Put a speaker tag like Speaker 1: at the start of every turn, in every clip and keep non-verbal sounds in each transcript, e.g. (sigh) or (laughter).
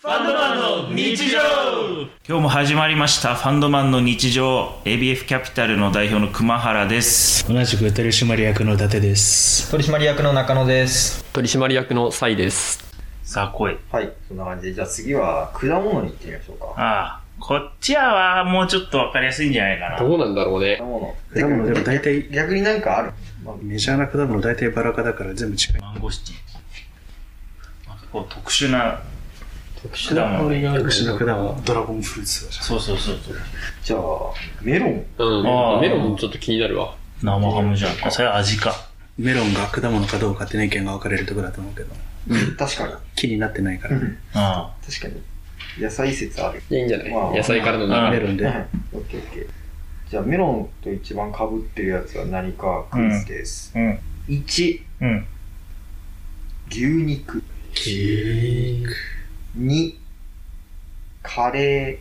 Speaker 1: ァンドマンの日常
Speaker 2: 今日も始まりましたファンドマンの日常 ABF キャピタルの代表の熊原です
Speaker 3: 同じく取締役の伊達です
Speaker 4: 取締役の中野です
Speaker 5: 取締役のサイです。
Speaker 2: さあ来い
Speaker 4: はいそんな感じでじゃあ次は果物に行ってみましょうか
Speaker 2: ああこっちやはもうちょっと分かりやすいんじゃないかな
Speaker 5: どうなんだろうね
Speaker 4: 果。物
Speaker 3: 果物でも大体
Speaker 4: 逆になんかある、まあ、
Speaker 3: メジャーな果物大体バラ科だから全部近い
Speaker 2: マンゴスチンなんかこう特殊な
Speaker 5: 特
Speaker 2: 殊な香り
Speaker 5: が
Speaker 3: 特殊な果物はドラゴンフルーツだじ
Speaker 2: そうそうそうそう
Speaker 4: じゃあメロン
Speaker 2: あー
Speaker 5: うん。メロンもちょっと気になるわ。
Speaker 2: 生ハムじゃんあそれは味か
Speaker 3: ゃんメロンが果物かどうかってね意見が分かれるところだと思うけど
Speaker 4: 確かに
Speaker 3: 気になってないから、
Speaker 4: うん
Speaker 2: あ
Speaker 4: 確かに野菜説ある
Speaker 5: いいんじゃない
Speaker 4: まあ
Speaker 5: 野菜からの流
Speaker 2: うん
Speaker 5: れ。
Speaker 3: メロン
Speaker 4: は
Speaker 3: で
Speaker 4: いオッケーオッケーじゃあメロンと一番かぶってるやつは何かクイズです、
Speaker 2: あうん
Speaker 4: 1
Speaker 2: うん
Speaker 4: 牛肉2カレ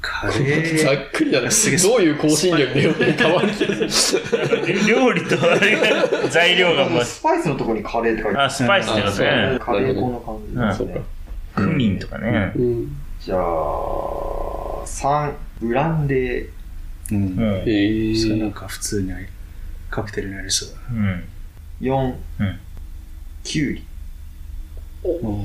Speaker 3: カレ
Speaker 5: ざ
Speaker 3: ー
Speaker 5: っくりだね。ど
Speaker 3: すげえ
Speaker 5: ういう香辛料でよって変わるけど。
Speaker 2: (laughs) 料理と材料が
Speaker 4: ー
Speaker 2: もう
Speaker 4: スパイスのとこにカレーって書いてあ
Speaker 2: あスパイスってこと
Speaker 5: あ
Speaker 2: ね
Speaker 4: るカレー粉の感じですね、
Speaker 5: そうか。
Speaker 2: クミンとかね
Speaker 5: うん。
Speaker 4: じゃあ、3、ブランデー。
Speaker 3: う
Speaker 2: うんん
Speaker 5: へ
Speaker 3: それなん
Speaker 5: ー。
Speaker 3: か普通にありカクテルになりそうだ
Speaker 2: うん
Speaker 4: 4、
Speaker 2: うん
Speaker 4: キュウリ。
Speaker 3: も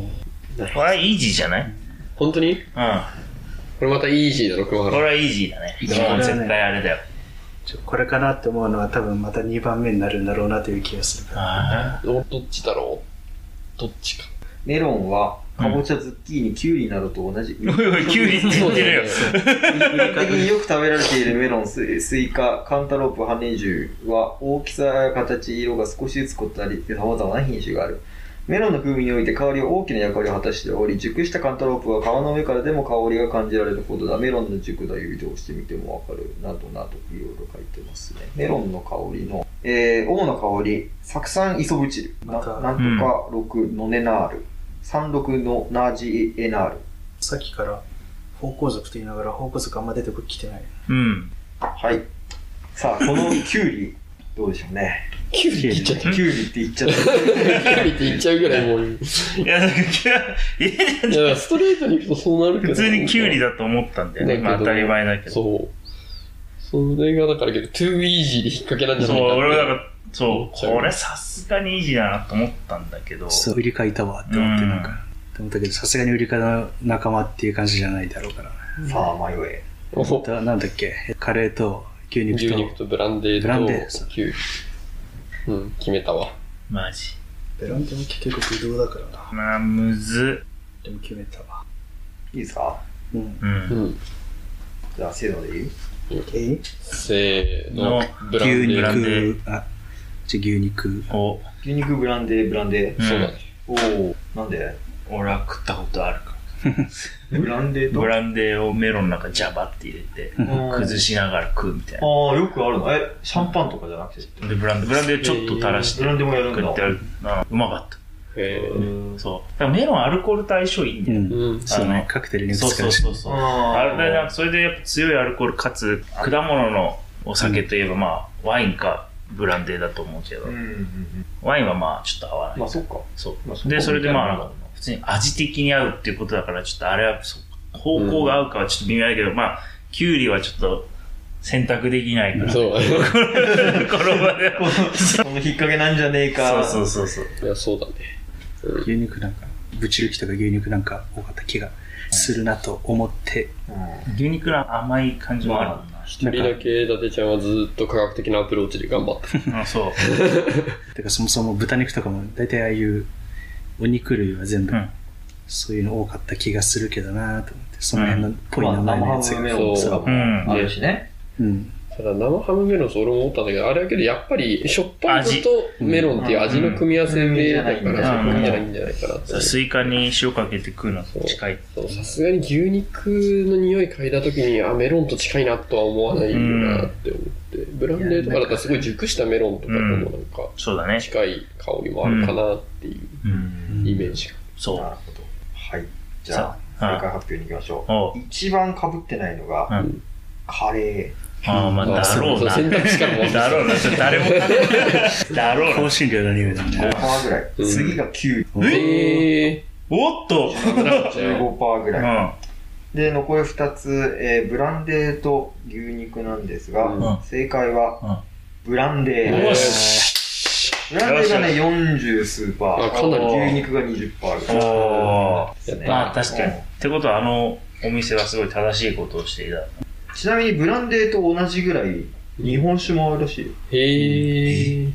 Speaker 2: これはイージーじゃないうん
Speaker 5: 本当にこれまたイージーなの、熊
Speaker 2: これ
Speaker 5: 原。
Speaker 2: はイージーだね
Speaker 3: ーだね
Speaker 2: もう絶対あれだよ
Speaker 3: うちょこれかなって思うのは多分また2番目になるんだろうなという気がするから
Speaker 2: あ
Speaker 5: おどっちだろうどっちか。
Speaker 4: メロンは、かぼちゃ、ズッキーニ、キュウリなどと同じ。
Speaker 2: あ (laughs) おいおいキュウリって言ってるよ
Speaker 5: そう
Speaker 4: 一般的によく食べられているメロン、ススイカ、カンタロープ、ハネジュは大きさや形、色が少しずつ異なり、様々な品種がある。メロンの風味において香りは大きな役割を果たしており、熟したカンタロープは皮の上からでも香りが感じられるほどだ。メロンの熟度を誘導してみてもわかる。などなど、いろいろ書いてますね。メロンの香りの、えー、主な香り、酢酸イソブチル、ななんとか6ノネナール、三六のナージエナール。
Speaker 3: さっきから方向族と言いながら方向族あんま出てきてない
Speaker 2: うん
Speaker 4: はい。さあ、このキュウリ、どうでしょうね。
Speaker 5: キュウリって言っちゃっ
Speaker 4: キ
Speaker 5: た。
Speaker 4: ュウリって言っちゃった。
Speaker 5: キュウリって言っちゃうぐらいも
Speaker 2: (laughs)
Speaker 5: う。い
Speaker 2: いやだからキュウリえ
Speaker 5: や、ストレートに行くとそうなるけど。
Speaker 2: 普通にキュウリだと思ったんだよね
Speaker 5: だけど
Speaker 2: まあ当たり前だけどそう
Speaker 5: そう。それがだからけど、トゥーイージーで引っ掛けなんじゃないかって。
Speaker 2: 俺はだからそう
Speaker 5: そう
Speaker 2: これさすがにイージーだなと思ったんだけど
Speaker 3: そう売り買いたわって思って
Speaker 2: うん
Speaker 3: なんか、って思ったけどさすがに売り買いの仲間っていう感じじゃないだろうから
Speaker 4: さあ、迷え。
Speaker 5: お
Speaker 3: だなんだっけカレーと牛肉と
Speaker 5: 牛肉とブランデ
Speaker 3: ブランデ
Speaker 5: ー
Speaker 3: ー
Speaker 5: とキュウリ。うん、決めたわ。
Speaker 2: マジ
Speaker 3: ベランダも結局ブドウだからな
Speaker 2: まあむず
Speaker 3: でも決めたわ
Speaker 4: いいですか
Speaker 3: うん
Speaker 2: う
Speaker 5: うんん。
Speaker 4: じゃあ、せーので言う
Speaker 3: え
Speaker 5: せーの
Speaker 2: の、
Speaker 5: ブラン
Speaker 3: 牛
Speaker 5: デー。
Speaker 2: ランデー
Speaker 3: 肉あじゃあ牛肉
Speaker 2: お
Speaker 4: 牛肉ブランデー、ブランデー。
Speaker 5: そうだね。
Speaker 4: おお、なんで
Speaker 2: 俺は食ったことあるか
Speaker 4: ブランデー
Speaker 2: ら
Speaker 4: と
Speaker 2: ブランデーをメロンの中ジャバって入れて崩しながら食うみたいな
Speaker 4: ああ、よくあるの。え、シャンパンとかじゃなくて。
Speaker 2: でブランデーブランデーちょっと垂らして
Speaker 4: ブランデーもやるん
Speaker 2: 食
Speaker 4: だ
Speaker 2: って。あるあうまかった
Speaker 5: へ
Speaker 4: う
Speaker 5: ー
Speaker 4: ん
Speaker 2: そうだからメロンアルコールと相性いいんだ
Speaker 3: う
Speaker 2: よ、
Speaker 3: ん
Speaker 5: うん。
Speaker 3: そう
Speaker 2: あ
Speaker 3: ね
Speaker 2: の
Speaker 3: カクテルにも
Speaker 2: そう
Speaker 3: 使
Speaker 2: そうう
Speaker 3: し
Speaker 2: そうそうあれだよなそれでやっぱ強いアルコールかつ果物のお酒といえばまあワインかブランデーだと思うけど、
Speaker 4: うんうんうん
Speaker 2: ワインはまあちょっと合わない、
Speaker 4: まあ、そっか。 (laughs)
Speaker 2: そ
Speaker 4: まあ
Speaker 2: うでそれでまあ
Speaker 4: そ
Speaker 2: な
Speaker 4: うん
Speaker 2: か普通に味的に合うっていうことだからちょっとあれはそう方向が合うかはちょっと微妙だけど、まあキュウリはちょっと選択できないから、 (laughs) こ
Speaker 5: そう。 (laughs)
Speaker 2: の場で
Speaker 4: このこの引っ掛けなんじゃねえ
Speaker 2: そ
Speaker 4: か。
Speaker 2: うそうそうそう
Speaker 5: いや、そうだね。
Speaker 3: 牛肉なんかブチルキとか牛肉なんか多かった気がするなと思って
Speaker 4: うん
Speaker 2: 牛肉の甘い感じもあるもんな、
Speaker 5: 一人だけ伊達ちゃんはずっと科学的なアプローチで頑張
Speaker 2: (laughs)
Speaker 5: った。
Speaker 2: うんそう
Speaker 3: てかそもそも豚肉とかも大体ああいうお肉類は全部
Speaker 2: うん
Speaker 3: そういうの多かった気がするけどなと思ってその辺のっぽい名前のやつ
Speaker 4: まあ生ハムメ
Speaker 3: が、
Speaker 4: ロンとか
Speaker 2: うん
Speaker 4: もあるしね。
Speaker 3: うん、
Speaker 5: ただ生ハムメロンそう俺も思ったんだけど、あれだけどやっぱりしょっぱいのとメロンっていう味の組み合わせでだから、
Speaker 2: うん
Speaker 5: そこじゃないんじゃないかなって
Speaker 2: そうスイカに塩かけて食うのと近い
Speaker 5: そうさすがに牛肉の匂い嗅いだ時にあメロンと近いなとは思わないなって思って、ブランデーとかだったらすごい熟したメロンとかともなんか
Speaker 2: そうだね
Speaker 5: 近い香りもあるかなっていう
Speaker 2: うん
Speaker 5: イメージが、
Speaker 2: そ
Speaker 4: な
Speaker 2: う
Speaker 4: るほど。はい。じゃあ、
Speaker 2: さあ
Speaker 4: 正解発表に行きましょ
Speaker 2: おう
Speaker 4: う。一番かぶってないのが、
Speaker 2: うん
Speaker 4: カレー。
Speaker 2: ああまあ
Speaker 5: まあ
Speaker 2: だろうな
Speaker 5: そう選択肢からも
Speaker 2: だろうなそれ誰もだろうな (laughs)
Speaker 3: 香辛料の匂いだね
Speaker 4: 5%ぐらい。
Speaker 5: うん
Speaker 4: 次がキュウ
Speaker 5: え
Speaker 2: おっと
Speaker 4: 15%ぐ
Speaker 2: う
Speaker 4: ら
Speaker 2: ん。
Speaker 4: い。で、残り2つ、えーブランデーと牛肉なんですが、
Speaker 2: うん
Speaker 4: 正解は、ブランデー。
Speaker 5: よ
Speaker 2: し
Speaker 4: ブランデーがね、40数パー。
Speaker 5: あかなり
Speaker 4: 牛肉が20パーぐらい。
Speaker 2: おー。
Speaker 4: ですね
Speaker 2: まあ確かに。
Speaker 4: う
Speaker 2: っ
Speaker 4: ん
Speaker 2: てことは、あのお店はすごい正しいことをしていた。
Speaker 4: ちなみにブランデーと同じぐらい、日本酒もあるらしいよ。
Speaker 5: へえ。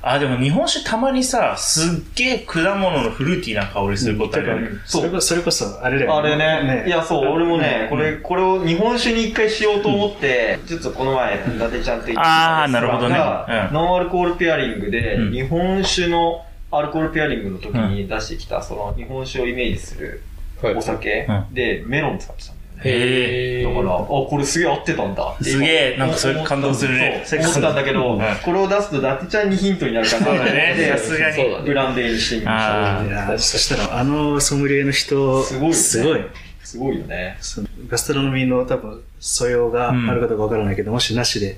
Speaker 2: あ、でも日本酒たまにさ、すっげえ果物のフルーティーな香りすることあるよね。
Speaker 3: それこそ、それこそ、あれだよ
Speaker 4: あれね。いや、そう、俺もね、
Speaker 2: うん
Speaker 4: これ、これを日本酒に一回しようと思って、ちょっとこの前、伊達ちゃんと言って
Speaker 2: あーなるほどねうん
Speaker 4: ノンアルコールペアリングで、
Speaker 2: うん
Speaker 4: 日本酒のアルコールペアリングの時に出してきた、その日本酒をイメージする
Speaker 5: はい
Speaker 4: お酒
Speaker 2: う
Speaker 4: で、メロン使ってたんだよね。
Speaker 5: へえ。
Speaker 4: だから、あ、これすげえ合ってたんだって
Speaker 2: すげえなんかそれ感動するね
Speaker 4: そう思ったんだけど、
Speaker 2: うん
Speaker 4: これを出すと伊達ちゃんにヒントになるかなと
Speaker 2: そう
Speaker 4: 思っ
Speaker 2: だね。
Speaker 4: て
Speaker 2: さ、すがに。
Speaker 5: そうだ
Speaker 4: ブ
Speaker 5: ね。
Speaker 4: ランデーにしてみ
Speaker 2: あ
Speaker 4: ま
Speaker 2: ー
Speaker 4: し
Speaker 3: いやそしたら、あのソムリエの人、
Speaker 4: すごいよね
Speaker 3: すごい。
Speaker 4: た。すごいよね。
Speaker 3: そのガストロノミーの多分素養があるかどうかわからないけど、もしなしで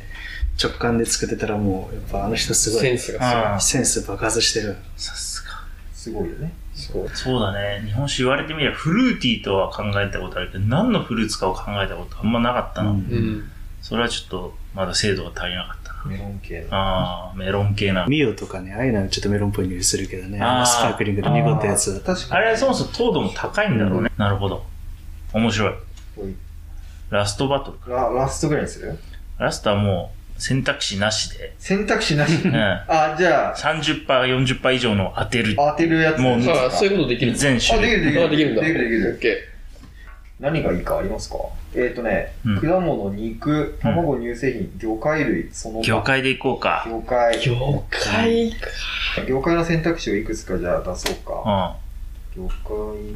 Speaker 3: 直感で作ってたらもう、やっぱあの人すご
Speaker 5: セン
Speaker 3: い。
Speaker 5: スが
Speaker 2: あー
Speaker 3: センス爆発してる。
Speaker 2: さすが。
Speaker 4: すごいよね。
Speaker 5: すごい。
Speaker 2: そうだね。日本酒言われてみれば、フルーティーとは考えたことあるけど、何のフルーツかを考えたことあんまなかったな。
Speaker 3: うん
Speaker 5: うん。
Speaker 2: それはちょっと、まだ精度が足りなかったな。
Speaker 4: メロン系の。
Speaker 2: ああ、メロン系な。
Speaker 3: ミオとかね、ああいうのはちょっとメロンっぽい匂いするけどね、
Speaker 2: あー
Speaker 3: あのスパークリングで濁ったやつだと。
Speaker 4: 確かに。
Speaker 2: あれはそもそも糖度も高いんだろうね。なるほど。面白い。
Speaker 4: こういう
Speaker 2: ラストバトルか。
Speaker 4: ララストぐらいにする
Speaker 2: ラストはもう選択肢なしで、
Speaker 4: 選択肢なし。
Speaker 2: うん、
Speaker 4: あ、じゃあ、
Speaker 2: 30%、40%以上の当てる。
Speaker 4: 当てるやつ。
Speaker 2: もう
Speaker 4: あ、
Speaker 5: ああ、そういうことできるんです
Speaker 2: 全種
Speaker 4: でき
Speaker 2: 類。
Speaker 4: るできる。
Speaker 5: あできるんだ
Speaker 4: できるでき
Speaker 5: オ
Speaker 4: る
Speaker 5: ッ。ケー。
Speaker 4: 何がいいかありますかえっ、ー、とね、
Speaker 2: うん
Speaker 4: 果物、肉、卵、乳製品、魚介類、その他
Speaker 2: 業。界でいこうか。
Speaker 4: 魚介。
Speaker 5: 業界か。
Speaker 4: 魚介の選択肢をいくつかじゃあ出そう
Speaker 2: う
Speaker 4: か。
Speaker 2: ん。
Speaker 4: 魚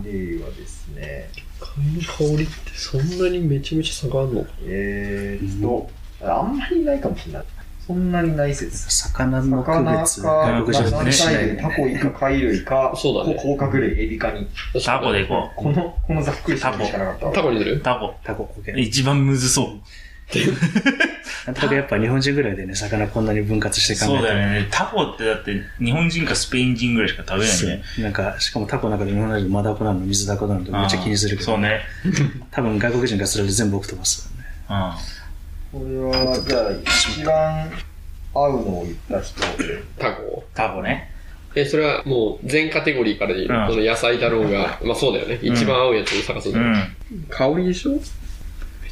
Speaker 4: 介類はですね、
Speaker 5: 貝の香りってそんなにめちゃめちゃ差があるのか
Speaker 4: えーっと、あんまりないかもしれない。そんなにない説。
Speaker 3: 魚の区
Speaker 4: 魚
Speaker 3: 別、外
Speaker 4: か、
Speaker 3: 国人
Speaker 2: は
Speaker 3: は
Speaker 4: 魚
Speaker 3: ねしな
Speaker 4: 介
Speaker 3: い
Speaker 4: 類、
Speaker 3: ね
Speaker 4: タコ、イカ、貝類か、
Speaker 5: そうだね
Speaker 4: 甲殻類、エビカニ。
Speaker 2: タコでいこ
Speaker 4: この、このざっくりしたのしかなかったわ
Speaker 5: タコにする
Speaker 2: う。タコ。
Speaker 3: タコ、オッケー
Speaker 2: 一番むずそう。
Speaker 3: なんとなくやっぱ日本人ぐらいでね、魚こんなに分割して
Speaker 2: そ
Speaker 3: 考え
Speaker 2: う
Speaker 3: た
Speaker 2: だ
Speaker 3: ら
Speaker 2: よね。タコってだって日本人かスペイン人ぐらいしか食べないね。
Speaker 3: そうなんか、しかもタコの中で日本人マダコなの、水ダコなのとかめっちゃ気にするけ
Speaker 2: そ
Speaker 3: ど、
Speaker 2: うね。
Speaker 3: 多分外国人がそれで全部オクトパスだよね。
Speaker 2: うん。
Speaker 4: これは、じゃあ、一番合うのを言った人。
Speaker 5: タコ。
Speaker 2: タコね。
Speaker 5: え、それはもう全カテゴリーからでいい
Speaker 2: うん
Speaker 5: のその野菜だろ
Speaker 2: (laughs)
Speaker 5: うが、まあそうだよね。
Speaker 2: ん
Speaker 5: 一番合うやつを探すん
Speaker 2: う
Speaker 5: だよ
Speaker 2: ん。
Speaker 5: 香りでしょめ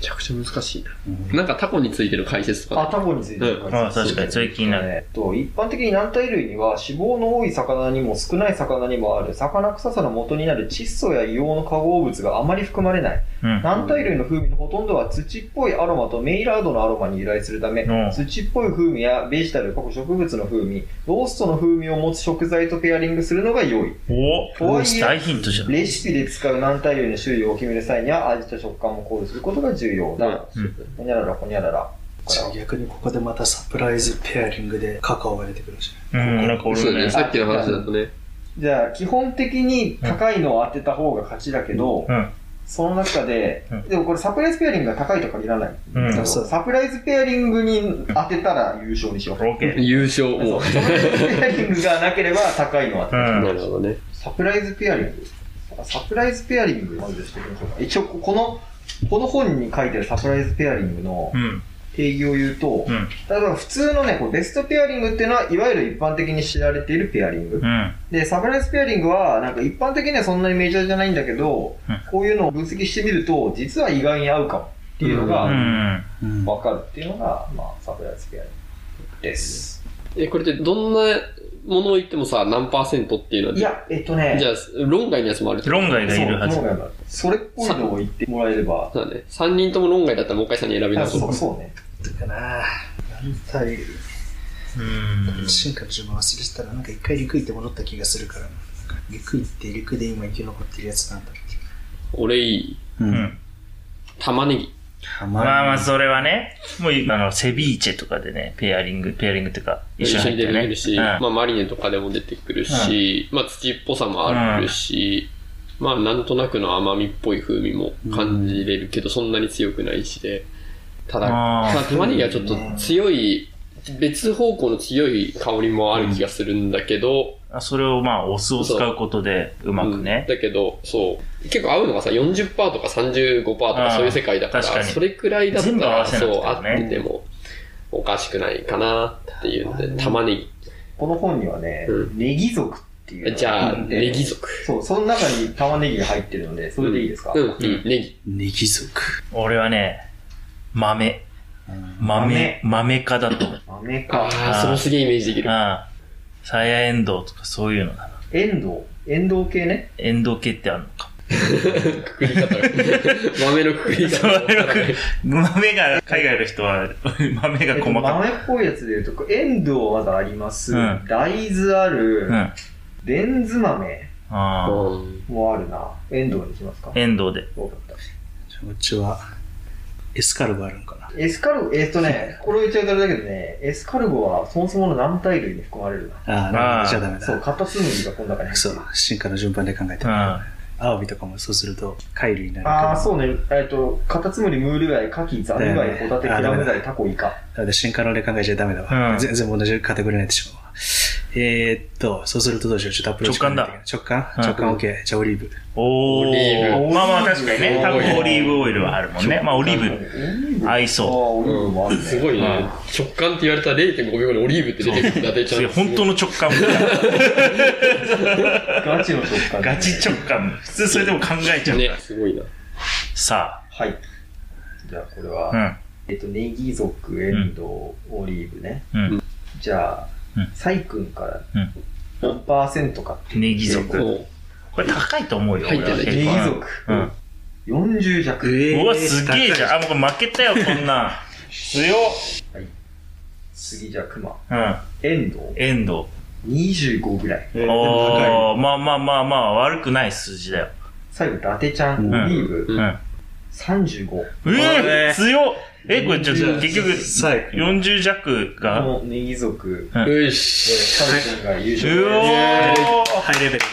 Speaker 5: ちゃくちゃ難しいな。なんかタコについてる解説と
Speaker 4: あ、
Speaker 5: か。
Speaker 4: タコについて
Speaker 5: うん
Speaker 2: あ確かにそれ気になる
Speaker 4: えっと一般的に軟体類には脂肪の多い魚にも少ない魚にもある魚臭さの元になる窒素や硫黄の化合物があまり含まれない。
Speaker 2: うん。
Speaker 4: 軟体類の風味のほとんどは土っぽいアロマとメイラードのアロマに由来するため、
Speaker 2: うん
Speaker 4: 土っぽい風味やベジタル、過去植物の風味、ローストの風味を持つ食材とペアリングするのが良い。
Speaker 2: おお大ヒントじゃん。
Speaker 4: レシピで使う軟体類の種類を決める際には味と食感を考慮することが重要だ。
Speaker 2: うん
Speaker 4: ほにゃららほにゃらら。
Speaker 3: じゃあ逆にここでまたサプライズペアリングでカカオが出てくるし。
Speaker 2: うん、なんか俺
Speaker 5: そ
Speaker 2: も
Speaker 5: うだね。
Speaker 2: ね。
Speaker 5: さっきの話だとね。
Speaker 4: じゃあ、基本的に高いのを当てた方が勝ちだけど、
Speaker 2: うん。
Speaker 4: その中で、
Speaker 2: うん
Speaker 4: でもこれサプライズペアリングが高いと限らない。
Speaker 2: うん
Speaker 4: だから
Speaker 3: そう
Speaker 4: サプライズペアリングに当てたら優勝にしよう。
Speaker 2: オッケー。
Speaker 5: 優勝。も
Speaker 4: サプライズペアリングがなければ高いのは
Speaker 2: う
Speaker 4: 当てる。
Speaker 5: なる
Speaker 2: ん。
Speaker 5: ほどね。
Speaker 4: サプライズペアリングあサプライズペアリングまずしていきましょうか。一応、この、この本に書いてるサプライズペアリングの
Speaker 2: うん。
Speaker 4: 定義を言うと、
Speaker 2: うん。
Speaker 4: 例えば普通のね、こうベストペアリングっていうのは、いわゆる一般的に知られているペアリング。
Speaker 2: うん。
Speaker 4: で、サプライズペアリングは、なんか一般的にはそんなにメジャーじゃないんだけど、
Speaker 2: うん
Speaker 4: こういうのを分析してみると、実は意外に合うかもっていうの
Speaker 2: う
Speaker 4: が
Speaker 2: ん。
Speaker 3: うん
Speaker 4: 分かるっていうのが、まあ、サプライズペアリングです。
Speaker 5: え、これってどんなものを言ってもさ、何パーセントっていうのはい
Speaker 4: や、えっとね、
Speaker 5: じゃあ、論外のやつもあるってこと
Speaker 2: 論外がいるはず
Speaker 4: そう。そうなんだそれっぽいのを言ってもらえれば、
Speaker 5: そうだね。3人とも論外だったらもう一回さんに選び
Speaker 4: あ
Speaker 5: 直
Speaker 4: そ
Speaker 5: そうう。
Speaker 4: そうね。
Speaker 3: だかな何体
Speaker 2: うん。
Speaker 3: 進化の順番忘れてたら、なんか一回陸行って戻った気がするから、なんか陸行って陸で今生き残ってるやつなんだっけ。
Speaker 5: 俺いい。
Speaker 3: う
Speaker 2: う。ん。
Speaker 5: 玉ねぎ。
Speaker 3: たま
Speaker 2: まあまあ、
Speaker 3: に
Speaker 2: それはね、もう、あの、セビーチェとかでね、ペアリング、ペアリングっていうか、一
Speaker 5: 一
Speaker 2: 緒に入
Speaker 5: 緒
Speaker 2: っ
Speaker 5: に
Speaker 2: て
Speaker 5: 出て
Speaker 2: ね。
Speaker 5: くるし、
Speaker 2: うん
Speaker 5: まあマリネとかでも出てくるし、まあ土っぽさもあるし、まあなんとなくの甘みっぽい風味も感じれるけど、そんなに強くないしで、ただ、
Speaker 2: あー
Speaker 5: ただ玉ねぎはちょっと強い別方向の強い香りもある気がするんだけど、
Speaker 2: あそれをまあ、お酢を使うことで、うまく
Speaker 5: うん
Speaker 2: ね。
Speaker 5: だけど、そう。結構合うのがさ、40%とか35%と
Speaker 2: あ
Speaker 5: か
Speaker 2: ー
Speaker 5: そういう世界だから、
Speaker 2: 確かに
Speaker 5: それくらいだった
Speaker 2: 全部合
Speaker 5: ら、
Speaker 2: わせな
Speaker 5: そ
Speaker 2: くて
Speaker 5: う、
Speaker 2: もね
Speaker 5: 合っててもおかしくないかなっていうんで、玉ね
Speaker 4: この本にはね、
Speaker 5: う
Speaker 4: ネギ族っていうの
Speaker 5: ぎ。
Speaker 4: が
Speaker 5: じゃあ、
Speaker 4: うん
Speaker 5: ネギ族。
Speaker 4: そう、その中に玉ねぎが入ってるので、それでいいですか、
Speaker 5: うん、いい
Speaker 2: うん
Speaker 5: ネギ。
Speaker 3: ネギ族。
Speaker 2: 俺はね、豆。豆、豆科だと思う。
Speaker 4: 豆
Speaker 5: あ
Speaker 4: か。
Speaker 5: あ、そのすげえイメージできる。
Speaker 2: ああ。サヤエンドウとかそういうのだな。
Speaker 4: エンドウ。エンドウ系ね。
Speaker 2: エンドウ系ってあるのか。
Speaker 5: くくり方が。 (laughs) 豆のくくり方が。
Speaker 2: 豆のくくり豆が、海外の人は (laughs) 豆が
Speaker 4: えっと
Speaker 2: 細か
Speaker 4: 豆っぽいやつで言うと、エンドウまだあります。
Speaker 2: うん
Speaker 4: 大豆あ
Speaker 2: い。
Speaker 4: る、
Speaker 2: うん。あ
Speaker 4: レンズ豆
Speaker 2: あ。
Speaker 5: うん
Speaker 4: もあるな。エンドウにしますか。
Speaker 2: エンドウで。
Speaker 4: わかった
Speaker 3: こっちは、エスカルゴあるんかな。
Speaker 4: エスカルゴ、えっ、とね、これを言っちゃうとあれだけどね、エスカルゴはそもそもの軟体類に含まれるな。
Speaker 3: ああ、な
Speaker 2: あ
Speaker 3: ん
Speaker 2: ー
Speaker 3: じゃダメだ。
Speaker 4: そう、カタツムリがこの中に入って
Speaker 3: そ
Speaker 4: る
Speaker 3: う、進化の順番で考えて
Speaker 2: うん。
Speaker 3: も
Speaker 2: あ
Speaker 3: アワビとかもそうすると貝類になるから
Speaker 4: ああ、そうね。えっと、カタツムリ、ムール貝、カキ、ザル
Speaker 3: だ
Speaker 4: 貝
Speaker 3: よ、ね
Speaker 4: ホタテ、
Speaker 3: あ
Speaker 4: クラム
Speaker 3: ダメ
Speaker 4: 貝、タコ、イカ。
Speaker 3: なので進化論で考えちゃダメだわ、
Speaker 2: うん
Speaker 3: 全然同じカテゴリーになってしまうわえー、っとそうするとどうしようちょっとアプローチ
Speaker 2: 直感だ
Speaker 3: 直感、
Speaker 2: うん
Speaker 3: 直感 OK じゃあオリーブ
Speaker 2: お
Speaker 5: オリー
Speaker 2: ー。
Speaker 4: ブ
Speaker 2: まあまあ確かにね。多分オリーブオイルはあるもんね。まあオリーブ合い
Speaker 4: ああ、
Speaker 2: そ
Speaker 4: オリーブもあるね。
Speaker 5: すごい
Speaker 2: うん。
Speaker 5: ね直感って言われたら0.5秒後にオリーブって出てくるんだて
Speaker 2: う。
Speaker 5: ち
Speaker 2: そ
Speaker 5: ゃん
Speaker 2: れ本当の直感。 (laughs)
Speaker 4: ガチの食感。
Speaker 2: ガチ直感。普通それでも考えちゃうか
Speaker 5: ね
Speaker 2: ら。。
Speaker 5: すごいな。
Speaker 2: さ
Speaker 4: はい。じゃあ、これは、
Speaker 2: あ。
Speaker 4: えっと、ネギ属、エンドウ、オリーブね。
Speaker 2: うん。うん。
Speaker 4: じゃあ
Speaker 2: うん、
Speaker 4: サイ君から
Speaker 2: うん、
Speaker 4: 何パーセントか。
Speaker 2: ネギ
Speaker 5: こ
Speaker 2: 族。
Speaker 5: う
Speaker 2: これ高いと思うよ。
Speaker 5: 入って
Speaker 2: 俺は
Speaker 5: ない
Speaker 4: ネ
Speaker 2: 結
Speaker 4: ギ
Speaker 2: 構
Speaker 4: 属、
Speaker 2: うん。
Speaker 4: 40弱。
Speaker 2: うわ、すげえじゃん。あ、もうこれ負けたよ、こんなん。強っ。
Speaker 4: 次、じゃあ、クマ。
Speaker 2: うん。
Speaker 4: エンドウ、
Speaker 2: エンド
Speaker 4: 25ぐらい。
Speaker 3: え
Speaker 2: ウ。
Speaker 3: ー
Speaker 2: おー、まあまあまあまあ、悪くない数字だよ。
Speaker 4: 最後、ラテちゃん、
Speaker 3: う
Speaker 4: オ
Speaker 3: ん
Speaker 4: リーブ、
Speaker 2: うん。え
Speaker 4: 35。
Speaker 2: ー、強っ。え、これちょっと結局、
Speaker 3: 最後
Speaker 2: 40弱
Speaker 4: こ
Speaker 2: が。うおー
Speaker 4: のネギ属、
Speaker 5: よし。
Speaker 4: サイ君が優勝です。
Speaker 2: ハ
Speaker 3: ハイレベル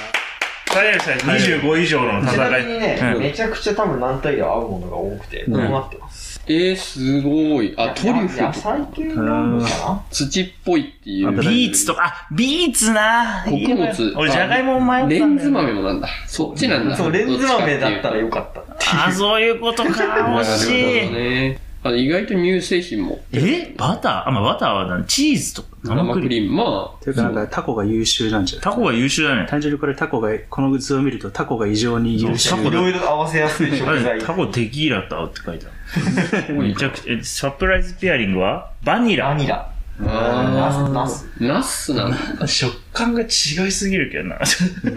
Speaker 3: な
Speaker 2: イレベルだよ25以上の
Speaker 4: ちなみ
Speaker 2: 戦
Speaker 4: に
Speaker 2: い。
Speaker 4: ね、
Speaker 2: うん
Speaker 4: めちゃくちゃ多分軟体が合うものが多くて、
Speaker 3: うん
Speaker 4: 困ってます。
Speaker 5: えー、すごい。あ、トリュフ
Speaker 4: や野
Speaker 5: とか
Speaker 4: 菜系に合うのか
Speaker 5: 土っぽいっていう。
Speaker 2: ビーツとか、あ、ビーツな
Speaker 5: 穀物
Speaker 2: 俺、じゃがいも迷ったんだ
Speaker 5: レ
Speaker 2: よね
Speaker 5: ンズ豆もなんだ。そっちなん
Speaker 4: な
Speaker 5: だ。
Speaker 4: そう、レンズ豆だったら
Speaker 5: よ
Speaker 4: よかったって
Speaker 2: あ、そういうことか。惜しい。
Speaker 5: ね。あ意外と乳製品も。
Speaker 2: えバターあ、まあ、バターは何チーズとか
Speaker 5: 生クリーム。まあ。
Speaker 3: というかなんかタコが優秀なんじゃない
Speaker 2: タコが優秀だね。
Speaker 3: 単純にこれタコがこの図を見るとタコが異常に優秀
Speaker 2: そう
Speaker 4: い
Speaker 2: タコだ
Speaker 4: ろいろ合わせやすい食材。
Speaker 2: タコテキーラと合うって書いてあ
Speaker 5: す
Speaker 2: る。
Speaker 5: ごい
Speaker 2: めちゃくちゃ、えサプライズペアリングはバニ
Speaker 4: バ
Speaker 2: ラ。
Speaker 4: ニラ。
Speaker 5: あー
Speaker 4: ナス。
Speaker 5: ナスなんだ。
Speaker 2: 食感が違いすぎるけどな。
Speaker 5: へ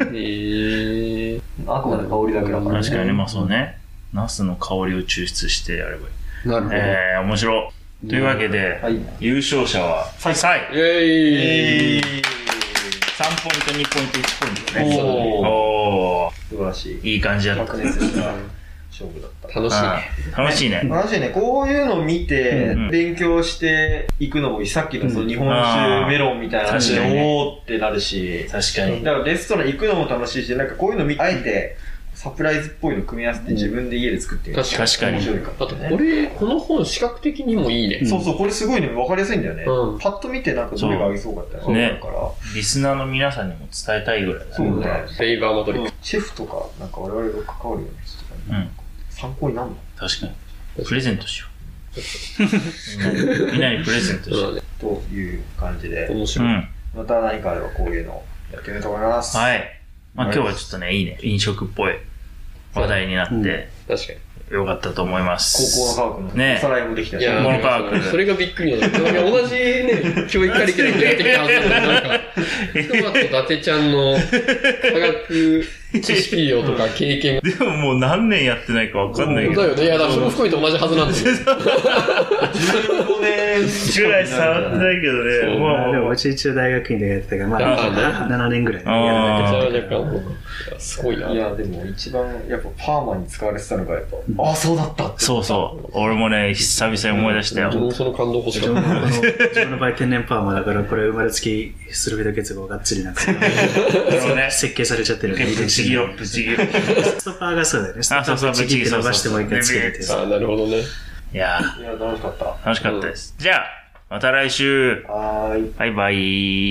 Speaker 5: ー。
Speaker 4: あくまで香りだけだから。
Speaker 2: 確かにね、まあそうね。ナスの香りを抽出してやればいい。
Speaker 5: なるほど。
Speaker 2: えー、面白い。というわけで、
Speaker 4: はい。
Speaker 2: 優勝者は、サイ。3
Speaker 5: えい。
Speaker 2: ポイント、2ポイント、1ポイントね。
Speaker 5: おー
Speaker 2: お
Speaker 4: 素晴らしい。
Speaker 2: ー、いい感じだった。
Speaker 4: 白熱した勝負だった。
Speaker 5: 楽しいね。
Speaker 2: うん楽しいね。
Speaker 4: 話ね、こういうのを見て
Speaker 2: うん、
Speaker 4: 勉強していくのもいい、さっきのその日本酒メロンみたいな話で、
Speaker 2: うんあー確かにね
Speaker 4: おーってなるし、
Speaker 2: 確か
Speaker 4: だからレストラン行くのも楽しいし、なんかこういうの見あえて、サプライズっぽいの組み合わせて自分で家で作ってみる。
Speaker 5: 確
Speaker 2: 確かに
Speaker 4: 面。白いか
Speaker 5: あ
Speaker 4: も
Speaker 5: と、
Speaker 4: ね
Speaker 5: これ、この本、視覚的にもいいね。
Speaker 4: そうそう、これすごいね、分かりやすいんだよね。
Speaker 5: うん
Speaker 4: パッと見てなんかどれが合いそうかって
Speaker 2: そうね
Speaker 4: 分かるから。
Speaker 2: リスナーの皆さんにも伝えたいぐらいだ
Speaker 4: そう
Speaker 2: ね。
Speaker 4: ね。
Speaker 5: フェイバーマトリック
Speaker 4: シェフとか、なんか我々が関わるような人とかに、
Speaker 2: うん。
Speaker 4: 参考になるの
Speaker 2: 確かに。プレゼントしよう。みんなにプレゼントし
Speaker 5: ス
Speaker 2: よ
Speaker 5: な
Speaker 2: う。
Speaker 5: ので、
Speaker 4: という感じで、
Speaker 5: 面
Speaker 2: う
Speaker 5: 白い。
Speaker 2: ん。
Speaker 4: また何かあればこういうのやってみたいと思います。。
Speaker 2: はいい。まあ今日はちょっとね、いいね。飲食っぽい話題になって、
Speaker 5: 確かに。
Speaker 2: よかったと思います。
Speaker 4: 高校の科学の
Speaker 2: ね
Speaker 4: おさらいもできた
Speaker 5: いや
Speaker 2: モノパーク
Speaker 5: それがびっくりなんだけど、同じね、教育カリキュラムやってきたはずなのになんか、トマト伊達ちゃんの科学知識量とか経験が。
Speaker 2: でももう何年やってないかわかんないけ
Speaker 5: だ
Speaker 2: ど。
Speaker 5: よね。いや、だからそれも含めて同じはずなんだよ。
Speaker 4: 15年
Speaker 2: ぐらい触ってないけど
Speaker 5: そ
Speaker 2: ね。
Speaker 5: う
Speaker 2: まあまあ
Speaker 3: で
Speaker 2: ま
Speaker 3: も
Speaker 2: あ
Speaker 3: うち一応大学院でやってたからま
Speaker 5: あー
Speaker 3: あ7年ぐらい
Speaker 2: あー
Speaker 3: やらなきゃいけない
Speaker 5: それは若干、いやすごいな。
Speaker 4: いや、でも一番やっぱパーマに使われてたのがやっぱ、ああ、そうだったって。
Speaker 2: そうそう。俺もね、久々に思い出した
Speaker 5: 自分
Speaker 2: よ。
Speaker 5: もその感動欲し
Speaker 3: 自
Speaker 5: か
Speaker 3: 分
Speaker 5: っ
Speaker 3: のこの自分の場合天然パーマだからこれ生まれつきスルベド結合がっつりなんか
Speaker 2: そう
Speaker 3: (laughs)
Speaker 2: ね
Speaker 3: 設計されちゃってるね
Speaker 2: ぶちぎろう、ぶちぎろう。
Speaker 3: ストッパーがそうだよねスト
Speaker 2: あ
Speaker 3: ッパ
Speaker 2: そうそう
Speaker 3: ーぶちぎって伸ばしてもう一回つけるっていう
Speaker 5: た。あなるほどね。
Speaker 2: いやー
Speaker 4: いや、楽しかった。
Speaker 2: 楽しかったです。じゃあ、また来週
Speaker 3: はーい。
Speaker 2: バイバイ